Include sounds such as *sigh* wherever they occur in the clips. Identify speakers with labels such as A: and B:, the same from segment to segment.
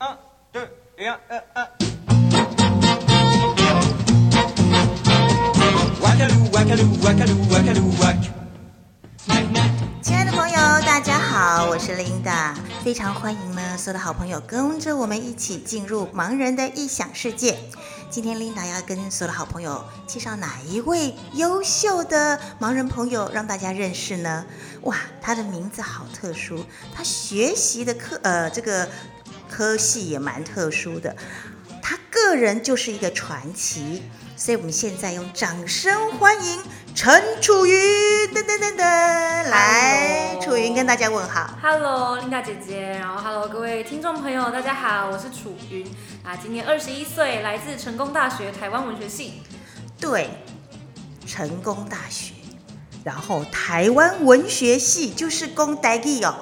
A: un, deux, et un, un, un. Wakaloo, wakaloo, wakaloo, wakaloo, wak.
B: 亲爱的朋友，大家好，我是琳达，非常欢迎呢所有的好朋友跟着我们一起进入盲人的异想世界。今天琳达要跟所有的好朋友介绍哪一位优秀的盲人朋友让大家认识呢？哇，他的名字好特殊，他学习的科呃这个科系也蛮特殊的，他个人就是一个传奇，所以我们现在用掌声欢迎陈楚云，噔噔噔噔，来，
C: Hello
B: 楚云跟大家问好。
C: Hello，琳达姐姐，然后 Hello 各位听众朋友，大家好，我是楚云啊，今年二十一岁，来自成功大学台湾文学系。
B: 对，成功大学，然后台湾文学系就是公台语哦，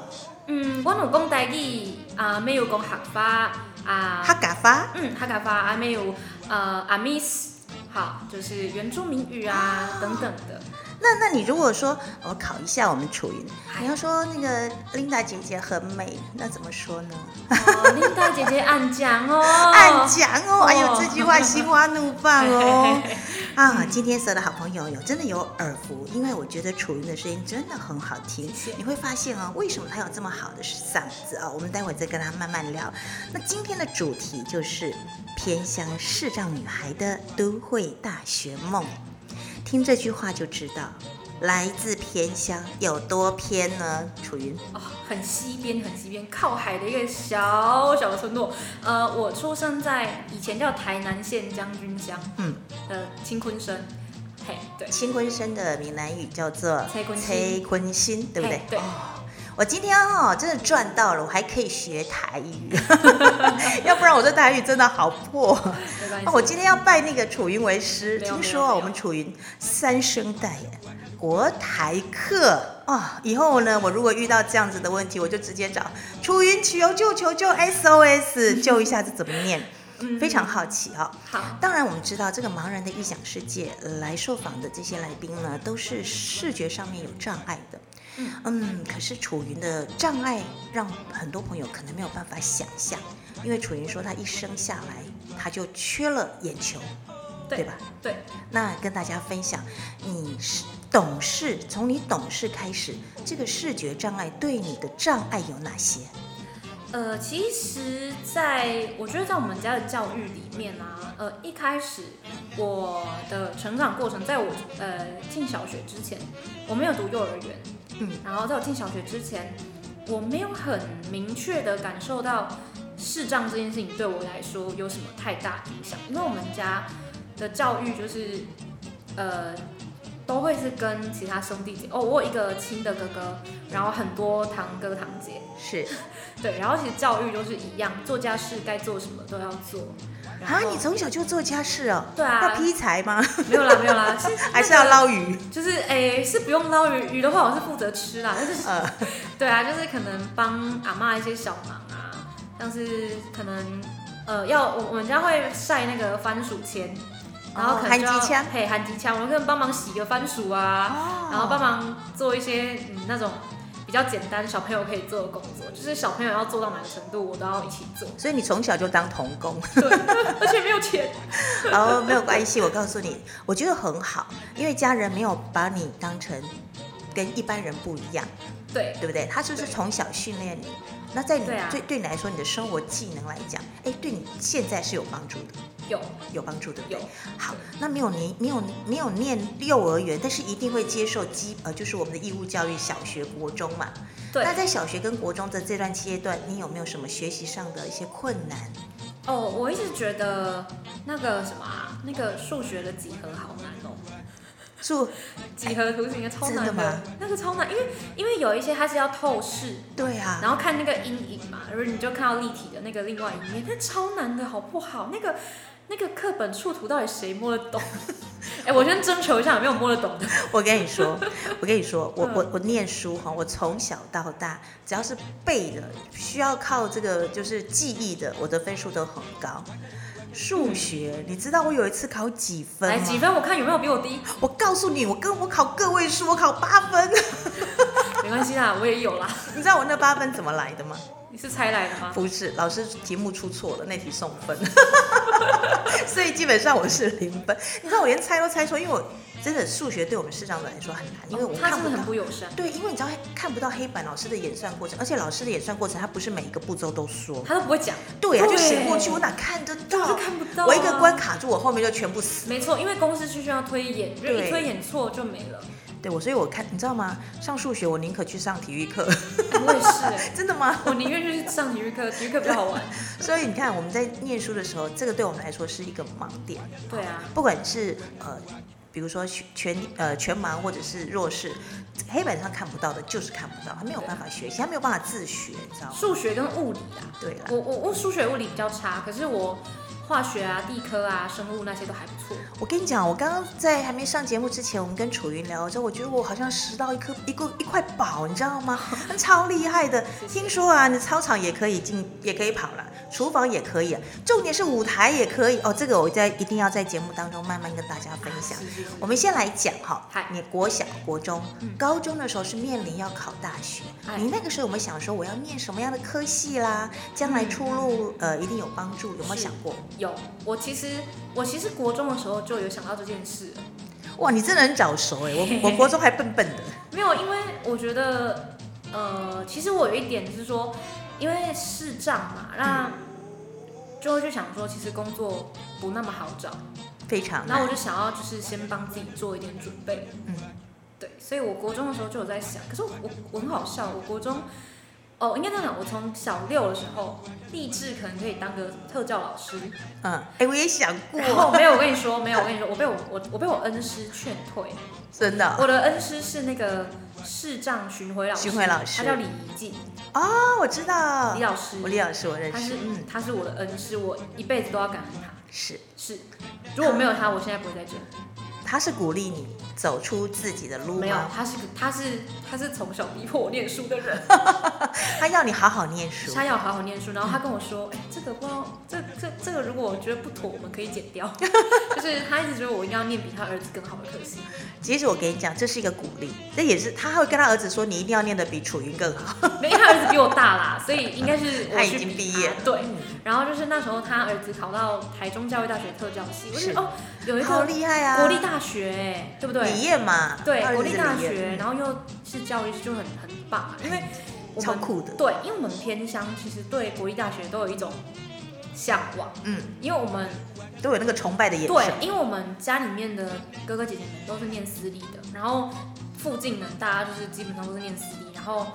C: 嗯，我有讲台语啊，没有讲客家啊，
B: 哈嘎发。
C: 嗯，客家话啊，没有呃阿 miss，好，就是原住民语啊等等的。
B: 那那你如果说我考一下我们楚云，你要说那个琳达姐姐很美，那怎么说呢？
C: 哦，琳达姐姐按讲哦，
B: 暗讲哦，
C: 哦
B: 哎呦，这句话心花怒放
C: *laughs*
B: 哦。啊，今天所有的好朋友有真的有耳福，因为我觉得楚云的声音真的很好听。
C: 谢谢
B: 你会发现哦，为什么他有这么好的嗓子哦？我们待会再跟他慢慢聊。那今天的主题就是偏向视障女孩的都会大学梦。听这句话就知道，来自偏乡有多偏呢？楚云，
C: 哦，很西边，很西边，靠海的一个小小的村落。呃，我出生在以前叫台南县将军乡，
B: 嗯，
C: 呃，青昆生，嘿，对，
B: 青昆生的闽南语叫做
C: 崔坤新
B: 崔坤新，对不对
C: 嘿？对，
B: 我今天哦，真的赚到了，我还可以学台
C: *laughs*
B: 语，要不然我这台语真的好破。
C: 没关系。
B: 哦我今天要拜那个楚云为师，
C: 没有
B: 听
C: 没有
B: 说哦
C: 没有
B: 我们楚云三声代言国台客哦，以后呢，我如果遇到这样子的问题，我就直接找楚云求救求救
C: *laughs*
B: SOS 救一下，这怎么念？
C: 嗯
B: 非常好奇哦。
C: 好，
B: 当然，我们知道这个盲人的预想世界呃来受访的这些来宾呢，都是视觉上面有障碍的。嗯，可是楚云的障碍让很多朋友可能没有办法想象，因为楚云说他一生下来他就缺了眼球，
C: 对
B: 对吧？
C: 对，
B: 那跟大家分享，你是懂事，从你懂事开始，这个视觉障碍对你的障碍有哪些？
C: 呃，其实在，我觉得在我们家的教育里面啊，呃，一开始我的成长过程，在我呃进小学之前，我没有读幼儿园，
B: 嗯，
C: 然后在我进小学之前，我没有很明确的感受到视障这件事情对我来说有什么太大影响，因为我们家的教育就是呃都会是跟其他兄弟姐，哦，我有一个亲的哥哥，然后很多堂哥堂姐。
B: 是
C: 对，然后其实教育都是一样，做家事该做什么都要做。 *laughs* 然
B: 啊，
C: 后
B: 你从小就做家事哦？
C: 对啊
B: 要劈柴吗？ *laughs*
C: 没有啦，没有啦，是
B: 还是要，捞
C: *laughs*
B: 鱼？
C: 那个就是诶、是不用捞鱼，鱼的话我是负责吃啦，但是
B: 呃。
C: 对啊，就是可能帮阿妈一些小忙啊，像是可能呃要我我们家会晒那个番薯签，然后可能就要
B: 哦韩吉枪
C: 嘿韩吉枪，我可能帮忙洗个番薯
B: 哦
C: 啊，然后帮忙做一些嗯那种比较简单小朋友可以做的工作，就是小朋友要做到哪个程度，我都要一起做。
B: *laughs*
C: *laughs*
B: 所以你从小就当童工，
C: 而且没有钱。
B: *laughs* 哦，没有关系，我告诉你，我觉得很好，因为家人没有把你当成跟一般人不一样，
C: 对，
B: 对不对？他就是
C: 对
B: 从小训练你，那在你
C: 对啊
B: 对对你来说，你的生活技能来讲，哎，对你现在是有帮助的，
C: 有
B: 有帮助，对不对
C: 有？
B: 好，那没有你没有没有念幼儿园，但是一定会接受基呃，就是我们的义务教育，小学、国中嘛。
C: 对
B: 那在小学跟国中的这段阶段，你有没有什么学习上的一些困难？
C: 哦，我一直觉得那个什么啊，那个数学的几何好难哦，
B: 就
C: 几何图形的超难
B: 真的吗
C: 那个超难，因为因为有一些它是要透视，
B: 对啊，
C: 然后看那个阴影嘛，然后你就看到立体的那个另外一面，那超难的好不好？那个那个课本触图到底谁摸得
B: *laughs*
C: 懂？哎，我先征求一下有没有摸得懂的。
B: 我跟你
C: *laughs*
B: 说，我跟你说，我
C: 嗯
B: 我我念书哈，我从小到大，只要是背的，需要靠这个就是记忆的，我的分数都很高。数学，你知道我有一次考几分
C: 来
B: 吗？
C: 哎几分？我看有没有比我低。
B: 我告诉你，我跟我考个位数，我考八分。 *laughs*
C: 没关系啦，我也有啦。
B: 你知道我那八分怎么来的吗？
C: 你是猜来的吗？
B: 不是，老师题目出错了，那题送分， *laughs* 所以基本上我是零分。你知道我连猜都猜错，因为我真的数学对我们视障者来说很难，因为我
C: 他
B: 看
C: 哦真
B: 不
C: 的
B: 到
C: 很。不友善，
B: 对，因为你知道看不到黑板老师的演算过程，而且老师的演算过程他不是每一个步骤都说。
C: 他都不会讲，
B: 对啊呀、就
C: 对
B: 写过去，我哪看得
C: 我
B: 到
C: 就？看不到、啊
B: 我一个关。卡住，我后面就全部死。
C: 没错，因为公式需要推演，如果
B: 对
C: 一推演错就没了。
B: 对我，所以我看，你知道吗？上数学我宁可去上体育课， *laughs*
C: 哎我也是、哎，
B: 真的吗？ *laughs*
C: 我宁愿去上体育课，体育课比较好玩。
B: 所以你看，我们在念书的时候，这个对我们来说是一个盲点。
C: 对啊，
B: 不管是呃，比如说全全呃全盲或者是弱视，黑板上看不到的，就是看不到，他没有办法学习，他没有办法自学，你知道吗？
C: 数学跟物理啊，
B: 对啦，
C: 我我我数学物理比较差，可是我化学啊、地科啊、生物那些都还不错。
B: 我跟你讲，我刚刚在还没上节目之前，我们跟楚云聊之后，我觉得我好像拾到一颗一个一块宝，你知道
C: *laughs*
B: 吗？超厉害的。听说啊，你操场也可以进，也可以跑啦，厨房也可以、啊，重点是舞台也可以哦。这个我在一定要在节目当中慢慢跟大家分享。
C: 是是是
B: 我们先来讲哈
C: 嗨，
B: 你国小、国中、
C: 嗯
B: 高中的时候是面临要考大学，
C: 哎
B: 你那个时候有没有想说我要念什么样的科系啦？将来出路呃一定有帮助，有没有
C: 嗯是
B: 想过？
C: 有，我其实我其实国中的时候就有想到这件事了，
B: 哇，你真的很早熟哎、我我国中还笨笨的，
C: 没有，因为我觉得，呃，其实我有一点是说，因为视障嘛，那就会去想说，其实工作不那么好找，
B: 非常
C: 那我
B: 难。
C: 就想要就是先帮自己做一点准备，
B: 啊嗯，
C: 对，所以我国中的时候就有在想，可是我我我很好笑，我国中。哦，应该这样讲，我从小六的时候立志可能可以当个特教老师，
B: 嗯，哎、我也想过，
C: 然哦后没有，我跟你说，没有，我跟你说，我被我我我被我恩师劝退，
B: *laughs* 真的
C: 我的恩师是那个视障巡回老师，
B: 巡回老师
C: 他叫李怡静，
B: 哦，我知道
C: 李，老师，
B: 我李老师我认
C: 他是
B: 识，嗯，
C: 他是我的恩师，我一辈子都要感恩他。
B: 是，
C: 是，如果没有他，我现在不会在这里。
B: 他是鼓励你走出自己的路
C: 没有
B: 吗？，
C: 他是他是他是从小逼迫我念书
B: *laughs*
C: 的人，
B: 他要你好好念书，
C: 他要好好念书。然后他跟我说，
B: 嗯
C: 哎、这个不知道，这这这个如果我觉得不妥，我们可以
B: *laughs*
C: 剪掉。就是他一直觉得我应该要念比他儿子更好的科系。
B: 其实我跟你讲，这是一个鼓励，这也是他会跟他儿子说，你一定要念得比楚云更好。
C: 没，因为他儿子比我大啦，所以应该是我
B: 他已
C: 去
B: 经
C: 比
B: 毕
C: 他
B: 业了
C: 对
B: 嗯，
C: 然后就是那时候他儿子考到台中教育大学特教系，我就是觉得哦，有一
B: 好
C: 个
B: 厉害啊！
C: 国立大学、哎，对不
B: 李
C: 对？
B: 艳嘛，
C: 对
B: 他，儿
C: 国
B: 子
C: 立
B: 是
C: 大
B: 李艳
C: 学，然后又是教育，就很很棒啊，
B: 嗯
C: 因为我
B: 超
C: 们
B: 酷的，
C: 对，因为我们偏乡其实对国立大学都有一种向往，
B: 嗯，
C: 因为我们
B: 都有那个崇拜的眼
C: 对
B: 神，，
C: 因为我们家里面的哥哥姐姐们都是念私立的，然后附近呢，大家就是基本上都是念私立，然后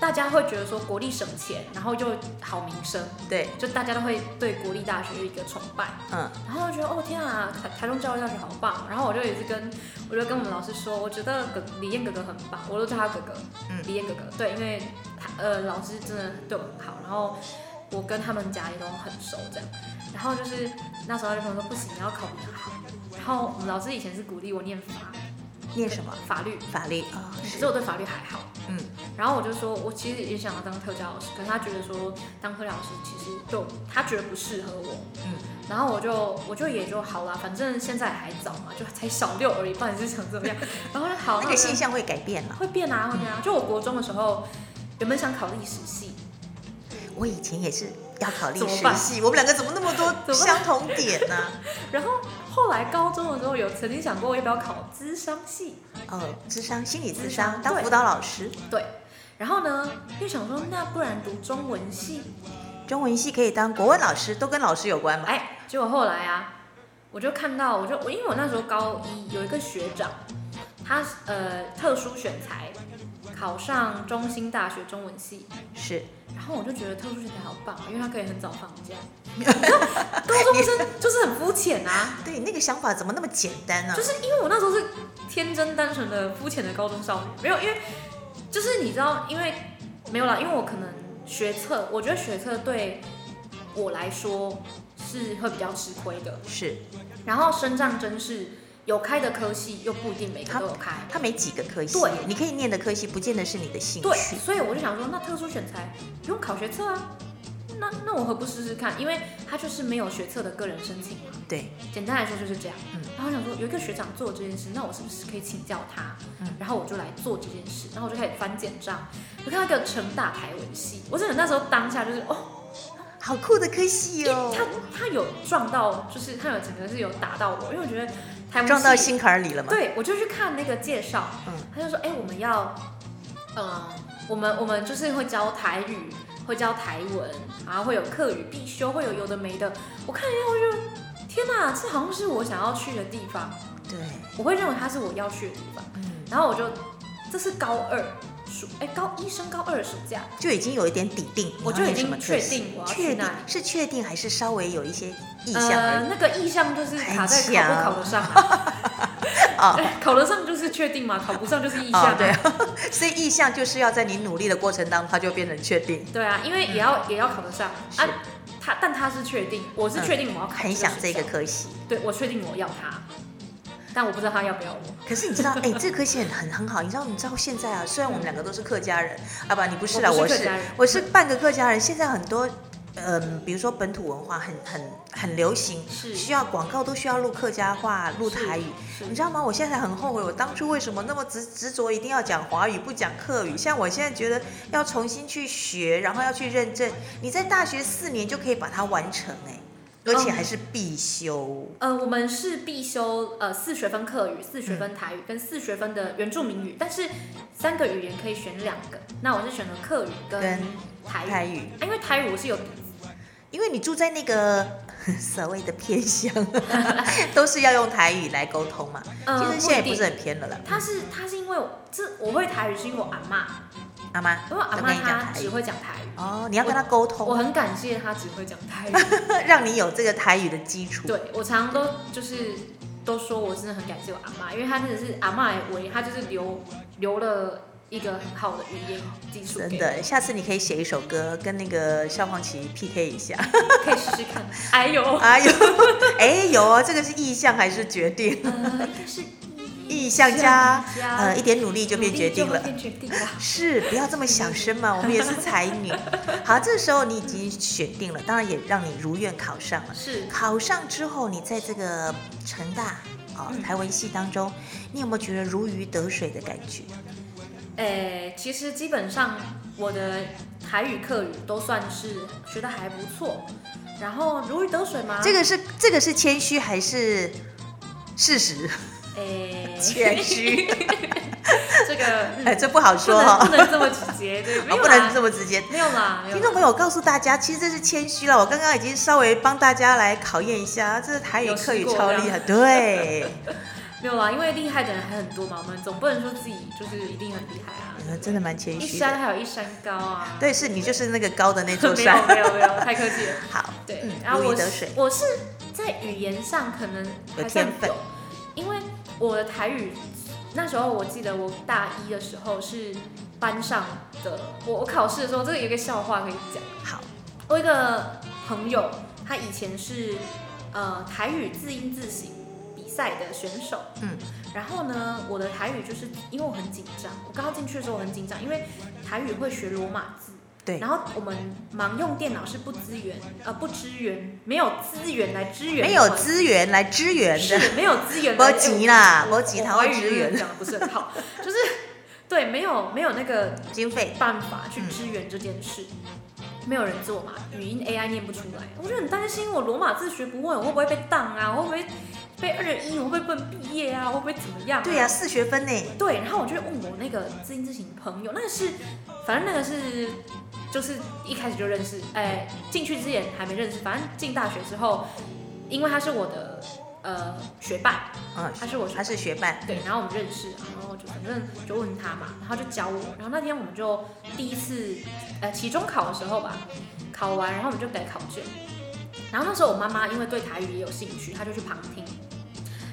C: 大家会觉得说国立省钱，然后就好名声，
B: 对，
C: 就大家都会对国立大学有一个崇拜，
B: 嗯，
C: 然后我就觉得哦天啊，台台中教育大学好棒，啊然后我就也是跟我就跟我们老师说，我觉得哥李燕哥哥很棒，我都叫他哥哥，
B: 嗯
C: 李燕哥哥，对，因为他呃老师真的对我很好，然后我跟他们家也都很熟这样，然后就是那时候他就跟我说不行，你要考比他好，然后我们老师以前是鼓励我念法
B: 念什么？
C: 法律，
B: 法律啊，
C: 可
B: 是
C: 是，我对法律还好，
B: 嗯，
C: 然后我就说，我其实也想要当特教老师，可是他觉得说当特教老师其实对我他觉得不适合我，
B: 嗯，
C: 然后我就我就也就好啦，反正现在还早嘛，就才小六而已，不管是想
B: *laughs*
C: 怎么样，然后就好，
B: 那
C: 我
B: 个
C: 就
B: 现象会改变了。
C: 会变啊会变啊，就我国中的时候原本想考历史系，
B: 我以前也是要考历
C: 怎么
B: 史
C: 办
B: 系，我们两个怎么那么多
C: *laughs* 怎么办
B: 相同点呢、 *laughs*
C: 然后后来高中的时候有曾经想过要不要考资商系，
B: 哦，智商、心理智
C: 智
B: 商，
C: 商
B: 当
C: 对
B: 辅导老师，
C: 对，然后呢又想说那不然读中文系，
B: 中文系可以当国文老师，都跟老师有关嘛。
C: 哎，结果后来啊，我就看到，我就我因为我那时候高一有一个学长，他呃特殊选材考上中兴大学中文系，
B: 是，
C: 然后我就觉得特殊选材好棒，啊因为他可以很早放假。 *laughs* 高中生就是很肤浅啊，
B: 对，那个想法怎么那么简单呢、
C: 就是因为我那时候是天真单纯的肤浅的高中少女，没有因为就是你知道，因为没有啦，因为我可能学测，我觉得学测对我来说是会比较吃亏的，
B: 是，
C: 然后深藏真是有开的科系，又不一定每个都有开。
B: 他没几个科系，
C: 对
B: 你可以念的科系，不见得是你的兴
C: 对，
B: 趣。
C: 所以我就想说，那特殊选材不用考学测啊，那那我何不试试看？因为他就是没有学测的个人申请嘛，
B: 对，
C: 简单来说就是这样。
B: 嗯
C: 然后我想说有一个学长做这件事，那我是不是可以请教他？
B: 嗯
C: 然后我就来做这件事，然后我就开始翻简章，我看到一个成大台文系，我真的那时候当下就是哦，
B: 好酷的科系哦，
C: 他他有撞到，就是他有整个是有打到我，因为我觉得台文系
B: 撞到心坎儿里了吗？
C: 对，我就去看那个介绍，
B: 嗯
C: 他就说，哎、我们要，呃，我们我们就是会教台语，会教台文，然后会有课语必修，会有有的没的。我看一下，我就天哪、这好像是我想要去的地方，
B: 对，
C: 我会认为它是我要去的地方。
B: 嗯，
C: 然后我就，这是高二暑，哎、高一升高二暑假，
B: 就已经有一点底定，你要
C: 我就已
B: 念什么
C: 经
B: 科
C: 确
B: 系
C: 定我要
B: 确
C: 去哪里。
B: 定是确定还是稍微有一些意向而
C: 呃
B: 已，
C: 那个意向就是卡在
B: 很强
C: 考不考
B: *laughs*
C: 得上、啊， *laughs*
B: 哦
C: 对，考得上就是确定嘛，考不上就是意向、啊
B: 哦，对， *laughs* 所以意向就是要在你努力的过程当中，它就变成确定。
C: 对啊，因为也要、也要考得上
B: 是嗯
C: 啊。他但他是确定，我是确定我要考、
B: 很想这个
C: 学校，
B: 科系，
C: 对我确定我要他，但我不知道他要不要我。
B: 可是你知
C: *laughs*
B: 道，哎、这个科系很很很好。你知道，你知道现在啊，虽然我们两个都是客家人，啊不，你不是啦，
C: 我
B: 我
C: 不是
B: 是
C: 客家人
B: 我是半个客家人。现在很多，嗯、比如说本土文化很很很流行，
C: 是
B: 需要广告都需要录客家话、录台语。
C: 是
B: 你知道吗？我现在很后悔，我当初为什么那么执执着一定要讲华语不讲客语？像我现在觉得要重新去学，然后要去认证，你在大学四年就可以把它完成、哎，而且
C: 嗯
B: 还是必修。
C: 呃，我们是必修呃四学分客语、四学分台语跟四学分的原住民语，但是三个语言可以选两个。那我是选了客语跟
B: 跟
C: 台语，
B: 台语，
C: 啊因为台语我是有底
B: 因为你住在那个 *laughs* 所谓的偏乡，
C: *laughs*
B: 都是要用台语来沟通嘛。
C: 呃
B: 其实现在也
C: 不
B: 不
C: 一
B: 是
C: 定。
B: 很偏了啦。
C: 他是他是因为我这我会台语是因为我阿妈，
B: 阿妈，
C: 因为我阿
B: 都
C: 妈
B: 跟你讲
C: 她
B: 台
C: 只
B: 语。
C: 会讲台语，
B: 哦，你要跟他沟
C: 我
B: 通，
C: 很感谢她只会讲台语。
B: *laughs* 让你有这个台语的基础。
C: 对我常常都就是都说我真的很感谢我阿妈，因为她真的是阿妈唯一，她就是留留了一个很好的语言基础
B: 真
C: 给我，
B: 的，下次你可以写一首歌，跟那个萧煌奇 PK 一下。
C: 可以试试看。哎呦，
B: 哎呦， *laughs* 哎有啊，这个是意向还是决定？
C: 呃，应该是
B: 意向加
C: 加
B: 呃一点努力就
C: 努力
B: 变决定
C: 就会
B: 了。
C: 变决定了。
B: 是，不要这么小声嘛，我们也是才
C: *laughs*
B: 女。好，这时候你已经选定了，当然也让你如愿考上了。
C: 是
B: 考上之后，你在这个成大哦
C: 嗯
B: 台文系当中，你有没有觉得如鱼得水的感觉？
C: 诶、呃其实基本上我的台语、客语都算是学的还不错，然后如鱼得水吗？
B: 这个是这个是谦虚还是事实？ *laughs*
C: 诶，
B: 谦虚，
C: *laughs* 这个、嗯
B: 哎，这不好
C: 不
B: 说
C: 能
B: 哈、
C: 不能这么直接，对，没
B: 哦，
C: 有
B: 不
C: 啦
B: 能这么直接。
C: 没有啦，没有啦
B: 听众朋友，我告诉大家，其实这是谦虚了。我刚刚已经稍微帮大家来考验一下，这台语、
C: 有试
B: 客语
C: 过
B: 超
C: 这样
B: 厉害。对，
C: 没有啦，因为厉害的人还很多嘛，我们总不能说自己就是一定很厉害啊。
B: 呃真的蛮谦
C: *laughs* 一
B: 虚
C: 山
B: 的。
C: 还有一山高啊。
B: 对，是你就是那个高的那座
C: *laughs* 没有
B: 山。
C: *laughs* 没有没有，太客
B: *laughs*
C: 气了。
B: 好，
C: 对，
B: 嗯
C: 然后
B: 如鱼
C: 我
B: 得
C: 是
B: 水
C: 我是在语言上可能还
B: 有
C: 算
B: 天分
C: 有，因为我的台语那时候我记得我大一的时候是班上的，我我考试的时候，这个有一个笑话可以讲。
B: 好，
C: 我有一个朋友，他以前是呃台语字音字形比赛的选手，
B: 嗯，
C: 然后呢，我的台语就是因为我很紧张，我刚刚进去的时候我很紧张，因为台语会学罗马字。
B: 对
C: 然后我们盲用电脑是不支援，呃，不支援，没有资源来支援，
B: 没有资源来支援的。
C: 是没有资源
B: 波
C: 来，
B: 及
C: *laughs*
B: 啦，波
C: 我
B: 及
C: 我
B: 台
C: 华
B: 湾
C: 语
B: 支
C: 就是
B: 援
C: 讲的不是很好，就是对，没有没有那个
B: 经费，
C: 办法去支援这件事，没有人做嘛，语音 AI 念不出来，我就很担心我罗马字学不会，我会不会被当啊？我会不会被二一？我会不会不能毕业啊？我会不会怎么样、
B: 对呀、、四学分呢。
C: 对，然后我就问我那个自音自行朋友，那个是，反正那个是，就是一开始就认识，哎、进去之前还没认识，反正进大学之后，因为他是我的呃学霸，
B: 嗯，
C: 他是我学
B: 他是学伴，
C: 对，然后我们认识，然后就反正就问他嘛，然后就教我，然后那天我们就第一次，呃，期中考的时候吧，考完，然后我们就改考卷，然后那时候我妈妈因为对台语也有兴趣，她就去旁听，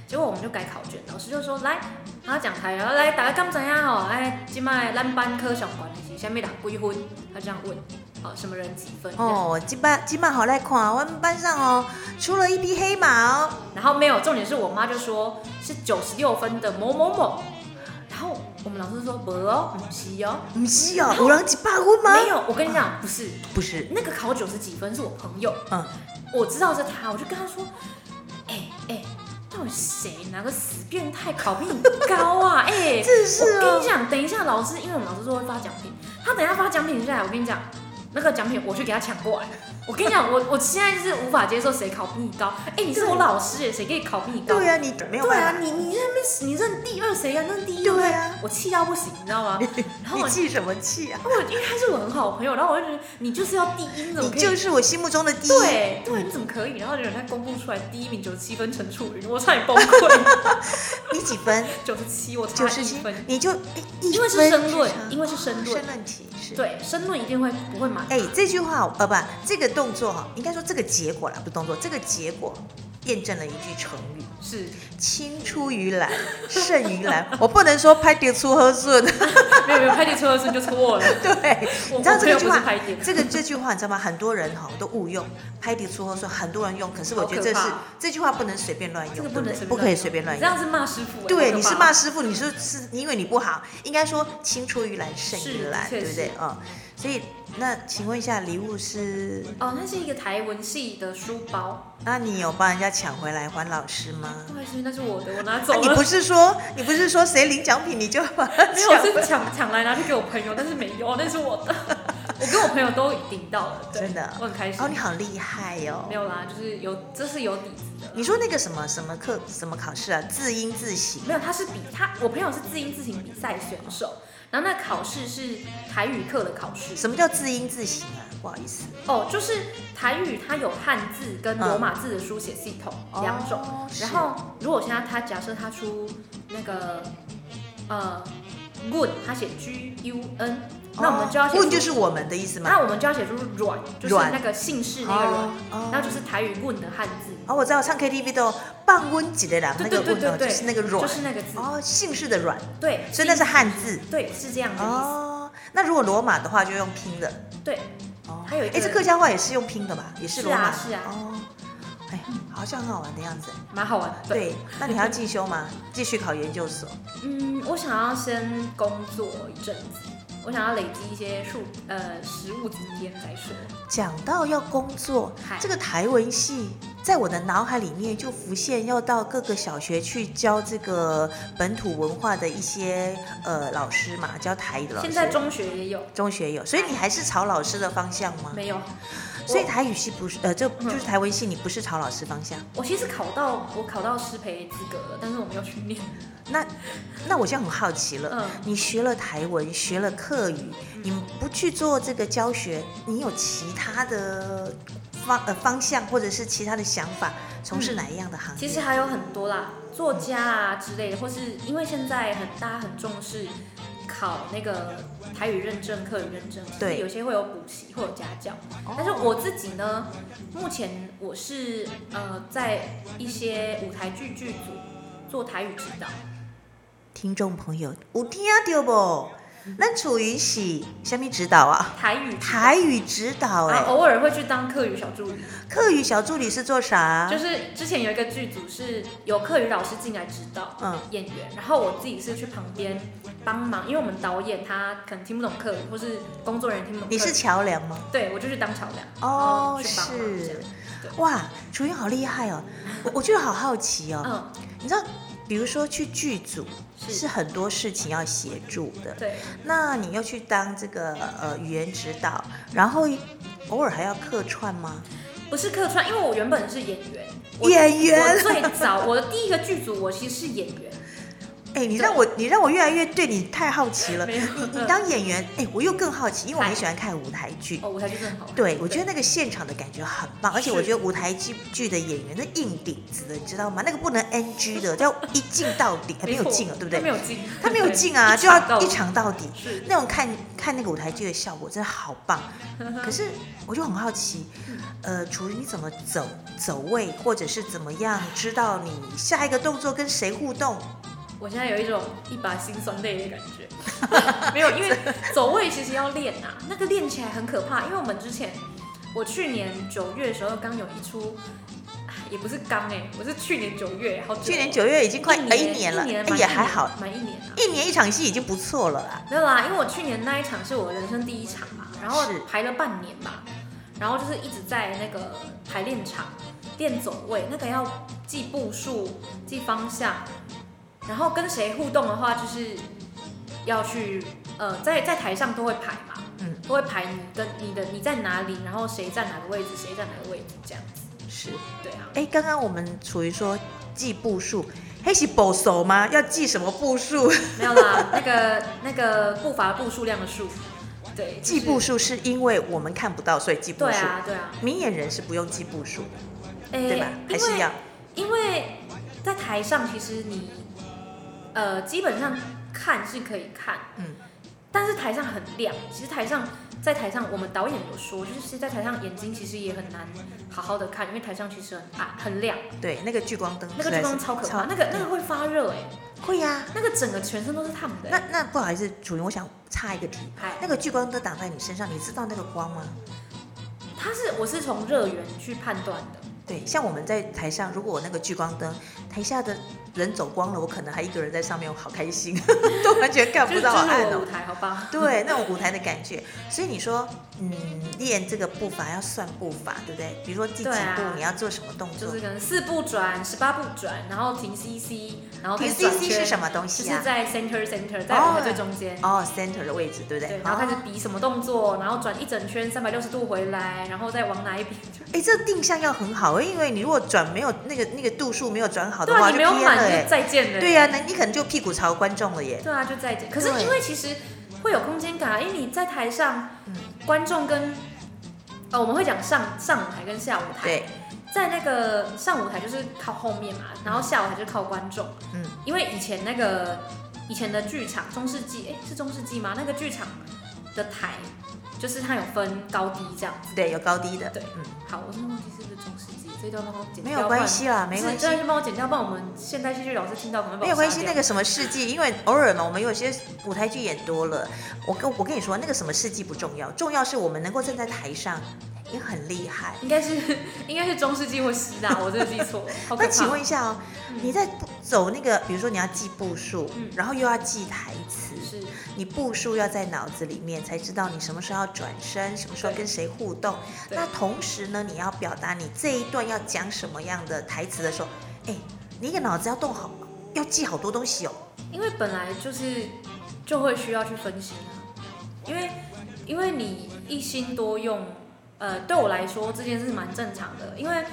C: 结果我们就改考卷，老师就说来，然后讲台语，然后来大家敢知影吼，哎，今麦咱班科上关的是啥物人几分？她这样问，好、什么人几分？这样
B: 哦，今班今晚好来看，我们班上哦出了一匹黑马哦，
C: 然后没有，重点是我妈就说是九十六分的某某某，然后我们老师说不哦，不是哦，
B: 不是哦，五郎几八五吗？
C: 没有，我跟你讲，不是
B: 不是，
C: 那个考九十几分是我朋友，
B: 嗯，
C: 我知道是他，我就跟他说，哎、哎、到底谁哪个死变态考比你高
B: *laughs*
C: 啊？哎、
B: 真是
C: 我跟你
B: 哦，
C: 讲，等一下老师，因为我们老师说会发奖品，他等一下发奖品下来，我跟你讲，那个奖品我去给他抢过来。我跟你讲，我我 *laughs* 现在是无法接受谁考比你高。哎、你是我老师耶，谁可以考比你高？
B: 对啊，你没有
C: 对啊
B: 办，法，
C: 你你认不你认第二谁呀、认第一
B: 对啊
C: 不我气到不行，你知道吗？然后
B: *laughs* 你
C: 我
B: 气什么气啊？
C: 我因为他是我很好的朋友，然后我就觉得你就是要第一，你怎
B: 你
C: 么可以？
B: 就是我心目中的第一，
C: 对对，你怎么可以？然后就人家公布出来第一名九十七分陈楚云，我差点崩溃。
B: 你几分？
C: 九十七，我差
B: 九
C: 一
B: 十七
C: 分，，
B: 你就哎一
C: 因为是
B: 分
C: 申论
B: 之差，
C: 因为是申论
B: 申，论题是。
C: 对，申论一定会不会满
B: 哎，这句话呃不，这个动作哈，应该说这个结果啦，不是动作，这个结果验证了一句成语
C: 是，
B: “青出于蓝胜于
C: *laughs*
B: 蓝”。我不能说拍碟出喝顺， *laughs*
C: 没有没有，拍点车的时候你就错了。
B: 对，
C: 我
B: 你知道这个句
C: 我朋友不
B: 话
C: 是拍点，
B: 这个这句话你知道吗？很多人哈都误用，拍碟出喝顺，很多人用，可是我觉得这
C: 好
B: 是
C: 可怕
B: 这句话不能随便乱用，
C: 这个不
B: 对
C: 能
B: 对
C: 随便
B: 不可以随便乱
C: 乱用，你这
B: 用。
C: 样是骂师傅、欸。
B: 对，
C: 好可怕
B: 你是骂师傅，你是是因为你不好，应该说青出于蓝胜于
C: 是
B: 蓝，
C: 确
B: 对不对
C: 实？
B: 嗯，所以那请问一下，礼物是
C: 哦，那是一个台文系的书包，
B: 那你有帮人家抢回来还老师吗？
C: 不好意思，那是我的，我拿走
B: 啊、
C: 了。
B: 你不是说你不是说谁领奖品你就把它
C: 没有，我
B: 抢回
C: 是抢抢来拿去给我朋友，但是没有，那是我的。 *laughs* 我跟我朋友都顶到了，对
B: 真的
C: 我很开心。
B: 哦，你好厉害哦
C: 没！有啦，就是有，这是有底子的。
B: 你说那个什么什么课什么考试啊，字音字形
C: 没有，他是比他，我朋友是字音字形比赛选手，然后那考试是台语课的考试。
B: 什么叫字音字形啊？不好意思，
C: 哦，就是台语它有汉字跟罗马字的书写系统
B: 嗯
C: 两种。
B: 哦是
C: 然后如果现在他假设他出那个呃 good，他写 G U N，那我们就要写出、
B: 问哦就是我们的意思
C: 那
B: 吗？
C: 我们就要写出阮，就是
B: 阮
C: 那个姓氏那个阮，
B: 哦
C: 然后就是台语问的汉字。
B: 哦，我知道唱 KTV 都有半温级的啦，
C: 对
B: 那
C: 对
B: 个
C: 对
B: 温
C: 对
B: 哦
C: 对，
B: 就是那个软
C: 就是那个字，
B: 哦，姓氏的软，
C: 对，
B: 所以那是汉字
C: 对，是这样的意思。
B: 哦。那如果罗马的话就用拼的
C: 对，
B: 哦。
C: 还有一个
B: 哎，这客家话也是用拼的吧？也是
C: 是
B: 罗马
C: 啊是啊
B: 哦，哎，好像很好玩的样子。
C: 蛮好玩的。，
B: 对，那
C: *laughs*
B: 你还要进修吗？继续考研究所？
C: 嗯，我想要先工作一阵子，我想要累积一些数呃实物经验再说。
B: 讲到要工作
C: 嗨，
B: 这个台文系在我的脑海里面就浮现，要到各个小学去教这个本土文化的一些呃老师嘛，教台语的老师。
C: 现在中学也有
B: 中学有，所以你还是朝老师的方向吗？
C: 没有？
B: 所以台语系不是呃，就
C: 嗯
B: 就是台文系，你不是朝老师方向。
C: 我其实考到我考到师培资格了，但是我没有去念。
B: 那那我就很好奇了。
C: 嗯，
B: 你学了台文，学了客语，你不去做这个教学，你有其他的方呃方向，或者是其他的想法，从事哪一样的行业？
C: 其实还有很多啦，作家啊之类的，或是因为现在很大家很重视考那个台语认证、课语认证，
B: 对
C: 所以有些会有补习，会有家教。
B: 哦
C: 但是我自己呢，目前我是呃在一些舞台剧剧组做台语指导，
B: 听众朋友，有听到不？
C: 嗯
B: 那楚云喜下面指导啊，
C: 台语指导
B: 台语指导哎、
C: 然后偶尔会去当课语小助理。
B: 客语小助理是做啥？
C: 就是之前有一个剧组是有课余老师进来指导，
B: 嗯
C: 演员，然后我自己是去旁边帮忙，因为我们导演他可能听不懂课语，或是工作人员听不懂课语。
B: 你是桥梁吗？
C: 对，我就去当桥梁，然
B: 哦
C: 后去帮忙
B: 是
C: 这样对
B: 哇，楚云好厉害哦！我我觉得好好奇哦，
C: 嗯，
B: 你知道，比如说去剧组
C: 是
B: 是很多事情要协助的，
C: 对，
B: 那你又去当这个呃语言指导，然后偶尔还要客串吗？
C: 不是客串，因为我原本是演员，我
B: 演员
C: 我最早我的第一个剧组我其实是演员，
B: 哎、你让我你让我越来越对你太好奇了。
C: 没嗯有
B: 你你当演员，哎、我又更好奇，因为我很喜欢看舞台剧
C: 哦，。舞台剧很好玩，
B: 对，我觉得那个现场的感觉很棒，而且
C: 是
B: 我觉得舞台剧剧的演员那硬顶子的，你知道吗？那个不能 NG 的，叫一镜到底，还没有
C: 错
B: 镜了，对不
C: 他
B: 对？
C: 没有进，
B: 他没有镜
C: 对
B: 啊，就要一。
C: 到
B: 场到底。
C: 是
B: 那种看看那个舞台剧的效果真的好棒，可是我就很好奇，呃，楚瑜你怎么走走位，或者是怎么样知道你下一个动作跟谁互动？
C: 我现在有一种一把辛酸泪的感觉， *laughs* 没有，因为走位其实要练啊，那个练起来很可怕。因为我们之前，我去年九月的时候刚有一出，啊也不是刚哎、我是去年九月，好久哦
B: 去年九月已经快呃
C: 一
B: 一年了，
C: 一年
B: 哎
C: 满
B: 也
C: 一
B: 还
C: 年
B: 好，
C: 满一年啊。
B: 一年一场戏已经不错了啦。
C: 没有啦，因为我去年那一场是我人生第一场嘛，然后
B: 是
C: 排了半年吧，然后就是一直在那个排练场练走位，那个要记步数、记方向，然后跟谁互动的话，就是要去呃在在台上都会排嘛，
B: 嗯，
C: 都会排你跟你的你在哪里，然后谁站哪个位置，谁站哪个位置这样子，
B: 是，
C: 对啊，
B: 哎，刚刚我们处于说记步数，黑是保守吗？要记什么步
C: *laughs*
B: 数？
C: 没有
B: *laughs*
C: 啦，那个那个步伐步数量的数，对，就
B: 记
C: 是
B: 步，数是因为我们看不到，所以记步
C: 对
B: 数。
C: 啊对啊，
B: 明眼人是不用记步数的，
C: 哎、
B: 对吧？还
C: 因
B: 是
C: 为
B: 要
C: 因为在台上，其实你呃基本上看是可以看，
B: 嗯，
C: 但是台上很亮。其实台上在台上，我们导演有说，就是在台上眼睛其实也很难好好的看，因为台上其实很暗很亮，
B: 对那个聚光灯，
C: 那个地方超可怕，那个那个会发热哎、
B: 嗯会呀、
C: 那个整个全身都是烫的、哎
B: 那
C: 欸。
B: 那不好意思，楚云，我想插一个题，
C: 嗨
B: 那个聚光灯打在你身上，你知道那个光吗？
C: 它是我是从热源去判断的，
B: 对，像我们在台上，如果我那个聚光灯，台下的人走光了，我可能还一个人在上面，我好开心， *laughs* 都完全看
C: 就
B: 不
C: 是
B: 到
C: 就是
B: 暗
C: 我的
B: 哦
C: 舞。台，好吧？
B: 对，那种舞台的感觉。所以你说，嗯，练这个步伐要算步伐，对不对？比如说第几步，
C: 对啊
B: 你要做什么动
C: 就
B: 作
C: 是？可能四步转、十八步转，然后停 CC，然后
B: 停
C: 再
B: C
C: 转
B: C
C: 圈
B: 是什么东
C: 就
B: 西
C: 是
B: 啊？
C: 在 center center，在我们最中间。
B: 哦，center 的位置，对不哦对
C: 对，？然后开始比什么动作，然后转一整圈三百六十度回来，然后再往哪一边？
B: 哎、这定向要很好，因为你如果转没有那个那个度数没有转好的
C: 对
B: 话，
C: 啊，你
B: 就
C: 没有
B: 偏
C: 满
B: 了
C: 就
B: 哎。
C: 再见了。
B: 对呀、那你可能就屁股朝观众了耶。
C: 对啊，就再见。可是
B: 对
C: 因为其实会有空间感啊，因为你在台上，
B: 嗯
C: 观众跟呃我们会讲上上舞台跟下舞台，
B: 对，
C: 在那个上舞台就是靠后面嘛，然后下舞台就靠观众。
B: 嗯，
C: 因为以前那个以前的剧场中世纪，哎，是中世纪吗？那个剧场的台就是它有分高低这样子。
B: 对，有高低的。
C: 对
B: 嗯，
C: 好，我真的忘记是不是中世纪，这一段帮我剪掉。
B: 没有关系啦，
C: 不然，
B: 没关
C: 是
B: 系
C: 这。段就帮我剪掉，不然我们现代戏剧老师听到可能会把
B: 没
C: 我
B: 有关
C: 杀
B: 系，
C: 掉
B: 那个什么事迹，因为偶尔嘛，我们有些舞台剧演多了，我跟我跟你说，那个什么事迹不重要，重要是我们能够站在台上，也很厉害。
C: 应该是应该是中世纪或希腊，我真的记错了，好可
B: 那
C: 怕。
B: 请问一下哦，
C: 嗯
B: 你在步走那个，比如说你要记步数，
C: 嗯
B: 然后又要记台词，
C: 是
B: 你步数要在脑子里面，才知道你什么时候要转身，什么时候
C: 对
B: 跟谁互动。
C: 对
B: 那同时呢，你要表达你这一段要讲什么样的台词的时候，哎，你一个脑子要动好，要记好多东西哦。
C: 因为本来就是就会需要去分心啊，因为因为你一心多用，呃，对我来说这件事蛮正常的，因为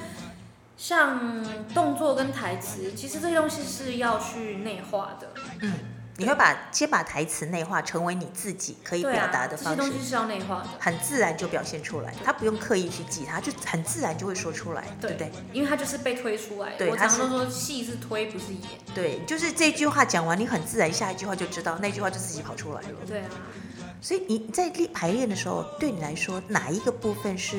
C: 像动作跟台词，其实这些东西是要去内化的，
B: 嗯，你会把先把台词内化，成为你自己可以
C: 对
B: 表
C: 啊，
B: 达的
C: 这些
B: 方
C: 东
B: 式，
C: 西是要内化的。
B: 很自然就表现出来。他不用刻意去记，他就很自然就会说出来，对
C: 对
B: 不对？
C: 因为它就是被推出来
B: 对
C: 的。我
B: 它
C: 常常
B: 是
C: 都说戏是推，不是演。
B: 对，就是这句话讲完，你很自然下一句话就知道，那句话就自己跑出来了。
C: 对啊，
B: 所以你在练排练的时候，对你来说哪一个部分是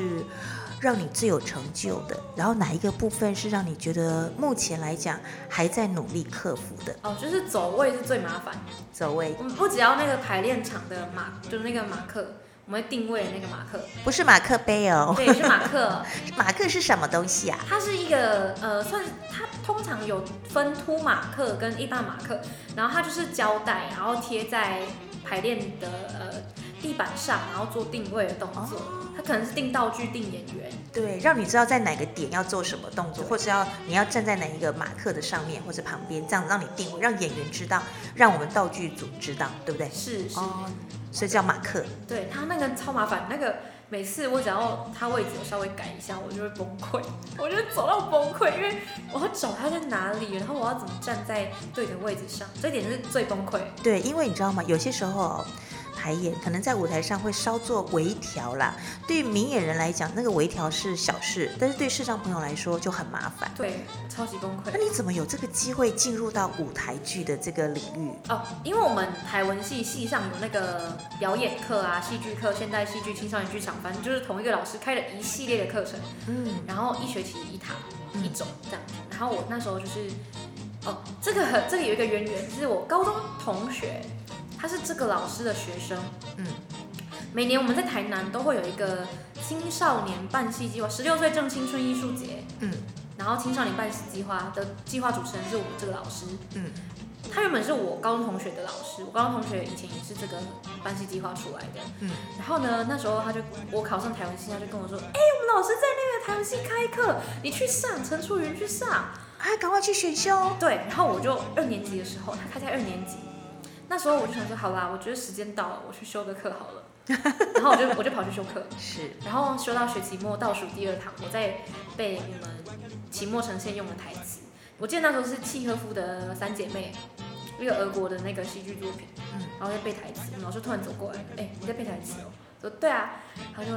B: 让你最有成就的？然后哪一个部分是让你觉得目前来讲还在努力克服的？
C: 哦，就是走位是最麻烦的。
B: 走位
C: 我们不只要那个排练场的马，就是那个马克，我们会定位的那个马克，
B: 不是马克杯哦，
C: 对，是马克。
B: 马克是什么东西啊？
C: 它是一个呃，算是它通常有分凸马克跟一般马克，然后它就是胶带，然后贴在排练的呃地板上，然后做定位的动作。
B: 哦
C: 它可能是定道具、定演员，
B: 对，让你知道在哪个点要做什么动作，
C: 对
B: 或是要你要站在哪一个马克的上面或者旁边，这样让你定位，让演员知道，让我们道具组知道，对不对？
C: 是是。
B: 哦，所以叫马克。
C: 对他那个超麻烦，那个每次我只要他位置我稍微改一下，我就会崩溃， *laughs* 我就走到崩溃，因为我要找他在哪里，然后我要怎么站在对的位置上，这点是最崩溃。
B: 对，因为你知道吗？有些时候哦排演可能在舞台上会稍作微调啦。对于明眼人来讲，那个微调是小事，但是对视障朋友来说就很麻烦。
C: 对，超级崩
B: 那
C: 溃。
B: 你怎么有这个机会进入到舞台剧的这个领域？
C: 哦，因为我们台文系系上有那个表演课啊、戏剧课、现代戏剧、青少年剧场，反正就是同一个老师开了一系列的课程，
B: 嗯，
C: 然后一学期一堂
B: 嗯
C: 一种这样子。然后我那时候就是，哦，这个很这里有一个渊源，就是我高中同学，他是这个老师的学生。
B: 嗯，
C: 每年我们在台南都会有一个青少年办戏计划，十六岁正青春艺术节。
B: 嗯，
C: 然后青少年办事计划的计划主持人是我们这个老师，
B: 嗯，
C: 他原本是我高中同学的老师，我高中同学以前也是这个班系计划出来的，
B: 嗯，
C: 然后呢，那时候他就我考上台湾系，他就跟我说，哎、我们老师在那个台湾系开课，你去上，陈楚云去上，
B: 啊，赶快去选修。
C: 对，然后我就二年级的时候，他开在二年级，那时候我就想说，好啦，我觉得时间到了，我去修个课好了。然后我就我就跑去修课，
B: 是，
C: 然后修到学期末倒数第二堂，我在背我们期末呈现用的台词。我记得那时候是契诃夫的三姐妹，一个俄国的那个戏剧作品，
B: 嗯
C: 然后在背台词，我们老师突然走过来，哎、你在背台词哦？我说对啊，他就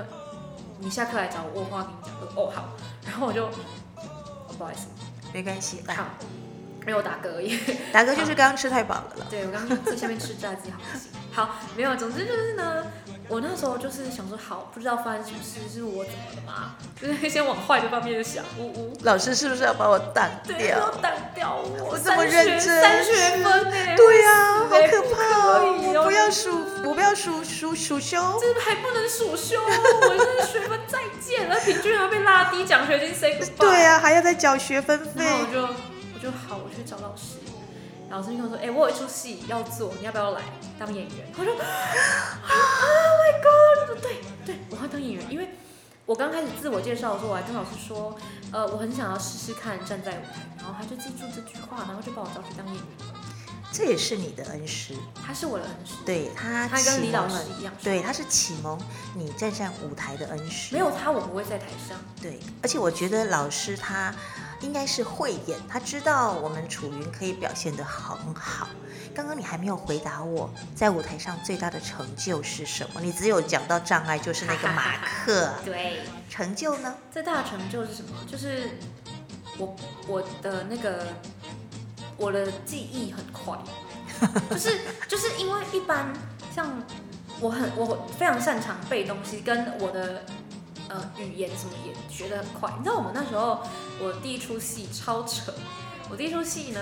C: 你下课来找我，我有话跟你讲。我说哦好，然后我就、哦不好意思，
B: 没关系，来
C: 好，，没有打嗝而已。
B: 达哥就是刚刚吃太饱了了。
C: 对，我刚刚在下面吃炸鸡，好恶心。好，没有，总之就是呢，我那时候就是想说，好，不知道发生什么事，是我怎么了吗？就是先往坏的方面想，呜呜，
B: 老师是不是要把我挡
C: 对，
B: 掉
C: 要？挡掉我，
B: 我这
C: 三
B: 么
C: 学
B: 认真
C: 三学分呢、
B: 对呀、
C: 我
B: 好
C: 死欸
B: 可怕哦！
C: 不可以
B: 我不要数，我不要数数数修。
C: 这还不能数修，我这个学分再见了，平均还被拉低，奖学金 say goodbye。
B: 对啊，还要再缴学分费
C: 然。后我就我就好，我去找老师。老师就跟我说：“哎、我有一出戏要做，你要不要来当演员？”我说啊：“Oh my god！” 对对，我要当演员，因为我刚开始自我介绍的时候，我还跟老师说：“呃，我很想要试试看站在舞台。”然后他就记住这句话，然后就把我招去当演员。
B: 这也是你的恩师，
C: 他是我的恩师，
B: 对他
C: 他跟
B: 启
C: 李老
B: 蒙
C: 师
B: 了，
C: 一样，
B: 对，他是启蒙你站上舞台的恩师。
C: 没有他我不会在台上。
B: 对，而且我觉得老师他应该是慧眼，他知道我们楚云可以表现得很好。刚刚你还没有回答我，在舞台上最大的成就是什么？你只有讲到障碍，就是那个
C: *laughs*
B: 马克
C: 对，
B: 成就呢？
C: 最大的成就是什么？就是我我的那个我的记忆很快，就是就是因为一般像我很我非常擅长背东西，跟我的呃语言什么也学得很快。你知道我们那时候我第一出戏超扯，我第一出戏呢。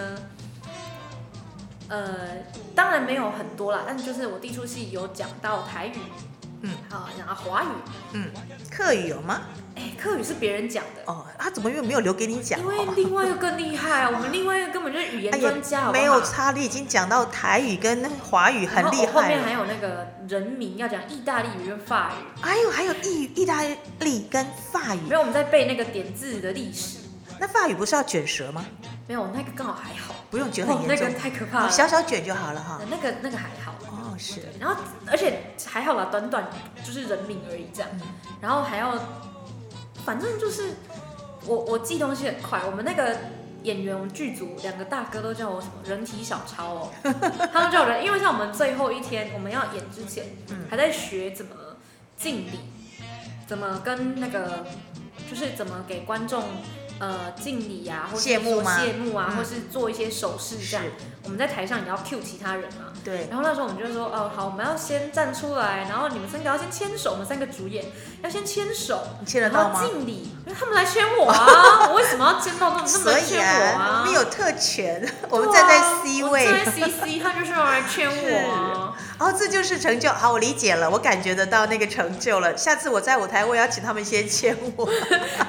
C: 呃，当然没有很多啦，但就是我第一出戏有讲到台语，
B: 嗯，
C: 好、讲到华语，
B: 嗯，课语有吗？
C: 哎，客语是别人讲的，
B: 哦，他怎么又没有留给你讲？
C: 因为另外一个更厉害啊，我们另外一个根本就是语言
B: 哎
C: 专家，
B: 呀，
C: 好不
B: 没有
C: 好
B: 差，你已经讲到台语跟华语很厉
C: 然后后
B: 害
C: 面还
B: 了。
C: 有那个人名要讲意大利语跟法语，
B: 还有哎还有意语、意大利跟法
C: 没
B: 语，
C: 有我们在背那个点字的历史，
B: 那法语不是要卷舌吗？
C: 没有那个刚好还好，
B: 不用卷
C: 哦
B: 很
C: 那
B: 严重
C: 个，太可怕了，
B: 小小卷就好了哈。
C: 那个那个还好。
B: 哦，是，
C: 然后，而且还好啦，短短就是人名而已这样。
B: 嗯
C: 然后还要，反正就是我我记东西很快。我们那个演员，我们剧组两个大哥都叫我什么人体小抄哦，
B: *laughs*
C: 他们叫我人，因为像我们最后一天我们要演之前，
B: 嗯
C: 还在学怎么敬礼，怎么跟那个就是怎么给观众。呃，敬礼啊，或者
B: 谢幕吗
C: 谢幕啊，
B: 嗯
C: 或是做一些手势这样
B: 是。
C: 我们在台上也要 cue 其他人嘛，
B: 对，
C: 然后那时候我们就说，哦，好，我们要先站出来，然后你们三个要先牵手，我们三个主演要先牵手，
B: 你签得
C: 然
B: 到
C: 后
B: 吗？
C: 敬礼，因为他们来牵我啊，我为什么要牵到那么那么
B: 所
C: 来
B: 以
C: 牵我
B: 啊，
C: 啊？
B: 我们有特权，我
C: 对啊
B: 们站在 C 位
C: 我，站在 CC，他就是要来牵我啊。
B: 哦，这就是成就。好，我理解了，我感觉得到那个成就了。下次我在舞台，我也要请他们先签
C: *laughs*
B: 我。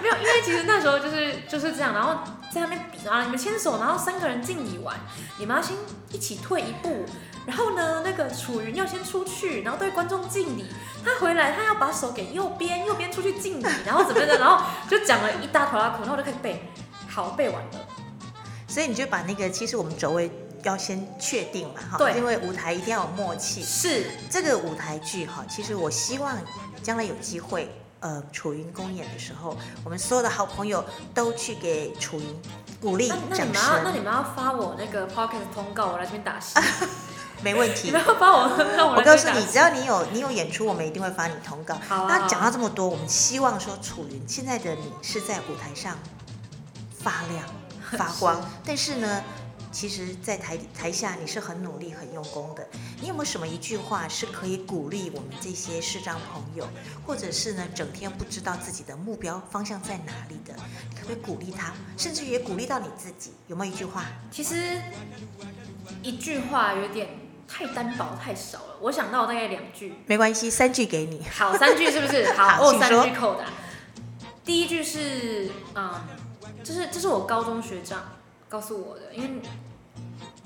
C: 没有，因为其实那时候就是就是这样，然后在那边比啊，你们牵手，然后三个人敬礼完，你们要先一起退一步，然后呢，那个楚云要先出去，然后对观众敬礼，他回来他要把手给右边，右边出去敬礼，然后怎么样的，然后就讲了一大坨拉苦，然后我就开始背，好背完了，
B: 所以你就把那个，其实我们走位要先确定嘛，哈，
C: 对
B: 因为舞台一定要有默契。
C: 是
B: 这个舞台剧哈，其实我希望将来有机会，呃，楚云公演的时候，我们所有的好朋友都去给楚云鼓励
C: 那那你
B: 掌
C: 们要那
B: 声，
C: 你们要发我那个 podcast 通告，我来这边打戏，
B: 没问
C: 你
B: 题
C: 们。要发我， *laughs* 让我
B: 我告
C: 来这边
B: 诉
C: 打
B: 你，
C: 戏。
B: 只要你有你有演出，我们一定会发你通告。
C: 好啊
B: 那讲到这么多，我们希望说楚云现在的你是在舞台上发亮发光，
C: *laughs*
B: 但是呢，其实，在台底台下你是很努力、很用功的。你有没有什么一句话是可以鼓励我们这些视障朋友，或者是呢整天不知道自己的目标方向在哪里的？你可不可以鼓励他，甚至也鼓励到你自己？有没有一句话？
C: 其实一句话有点太单薄太少了，我想到大概两句。
B: 没关系，三句给你。
C: 好，三句是不是？
B: 好
C: 好，我有
B: 请
C: 三
B: 说
C: 句扣打。第一句是嗯，这是这是我高中学长告诉我的，因为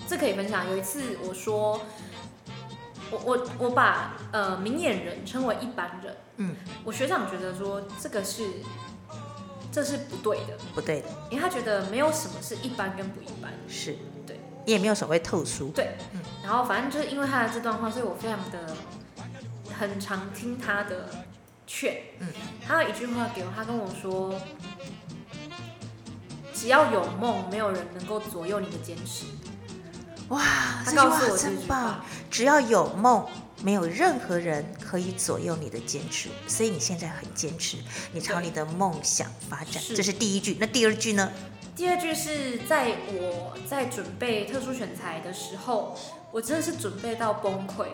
C: 这可以分享。有一次我说，我我我把呃明眼人称为一般人，
B: 嗯，
C: 我学长觉得说这个是这是不对的，
B: 不对的，
C: 因为他觉得没有什么是一般跟不一般。
B: 是
C: 对，
B: 也没有所谓特殊，
C: 对
B: 嗯，
C: 然后反正就是因为他的这段话，所以我非常的很常听他的劝。
B: 嗯，
C: 他有一句话给我，他跟我说：“只要有梦，没有人能够左右你的坚持。
B: 哇”，啊这
C: 他
B: 句
C: 告诉
B: 话
C: 我这
B: 真
C: 句话
B: 棒！，只要有梦，没有任何人可以左右你的坚持，所以你现在很坚持，你朝你的梦想发展，
C: 是
B: 这是第一句。那第二句呢？
C: 第二句是在我在准备特殊选材的时候，我真的是准备到崩溃，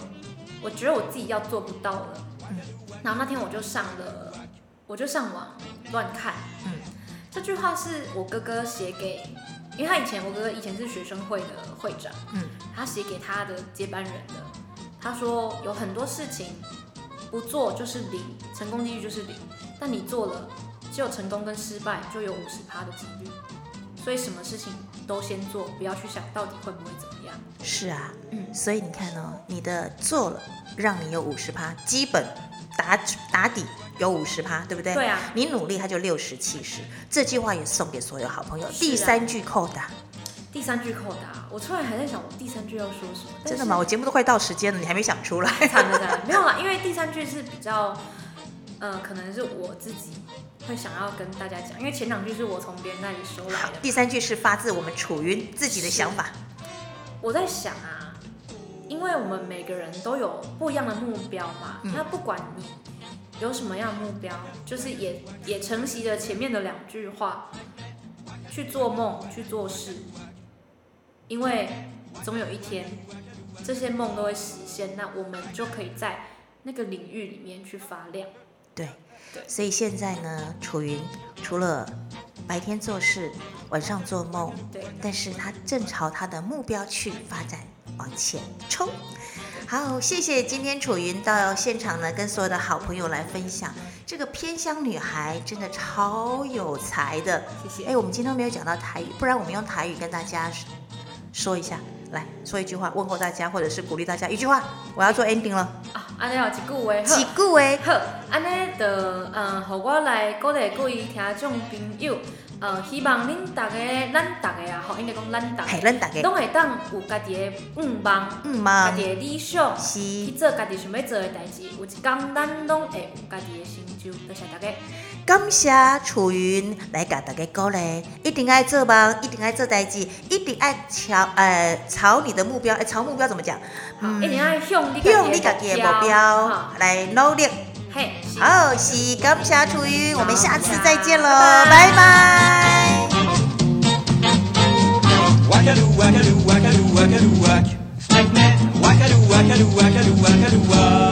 C: 我觉得我自己要做不到了。
B: 嗯
C: 然后那天我就上了，我就上网乱看。
B: 嗯
C: 这句话是我哥哥写给，因为他以前我哥哥以前是学生会的会长，
B: 嗯，
C: 他写给他的接班人的。他说有很多事情不做就是零，成功几率就是零，但你做了，只有成功跟失败就有五十趴的几率。所以什么事情都先做，不要去想到底会不会怎么样。
B: 是啊，
C: 嗯
B: 所以你看哦，你的做了，让你有五十趴，基本打打底有五十趴，对不对？
C: 对啊，
B: 你努力，它就六十七十。这句话也送给所有好朋友。
C: 是啊
B: 第三句扣打，
C: 第三句扣答，我突然还在想我第三句要说什么。但
B: 真的
C: 是啊
B: 吗？我节目都快到时间了，你还没想出来？
C: 惨了惨了，没有啦，因 *laughs* 为第三句是比较，呃，可能是我自己会想要跟大家讲，因为前两句是我从别人那里收来
B: 好，
C: 的。
B: 第三句是发自我们楚云自己的想法。
C: 我在想啊，因为我们每个人都有不一样的目标嘛，
B: 嗯
C: 那不管你有什么样的目标，就是也也承袭着前面的两句话，去做梦，去做事，因为总有一天这些梦都会实现，那我们就可以在那个领域里面去发亮。
B: 对，
C: 对
B: 所以现在呢，楚云除了白天做事，晚上做梦，
C: 对。
B: 但是他正朝他的目标去发展，往前冲。好，谢谢今天楚云到现场呢，跟所有的好朋友来分享这个偏乡女孩真的超有才的。
C: 谢谢。
B: 哎，我们今天都没有讲到台语，不然我们用台语跟大家说一下，来说一句话，问候大家，或者是鼓励大家一句话。我要做 ending 了，
C: 啊，安尼有一句话
B: 几
C: 好，
B: 句诶，
C: 好，安尼就呃，互我来鼓励各位听众朋友，呃，希望恁大家，咱大家啊，吼，应该讲咱大
B: 海
C: 家，
B: 伦打给，
C: 拢会当有家己的愿望，
B: 嗯
C: 家
B: 嘛，
C: 己的理想，去
B: 是，
C: 做家己想要做的代志。有一天，咱拢会有家己的成就。多谢大家，
B: 感谢楚云来甲大家鼓励，一定爱做梦，一定爱做代志，一定爱朝呃朝你的目标，呃朝目标怎么讲？
C: 好，一定要向你
B: 用嗯你
C: 家
B: 家己
C: 己
B: 的
C: 的
B: 目
C: 目
B: 标
C: 哈，
B: 来努力。
C: 嘿，是。
B: 好，是感谢楚云，我们下次再见喽，
C: 好
B: 拜
C: 拜拜
B: 拜。
A: Wakaloo, wakaloo, wakaloo, wakaloo, wak. Smack, whack. Wakaloo, wakaloo, wakaloo, wakaloo, wak.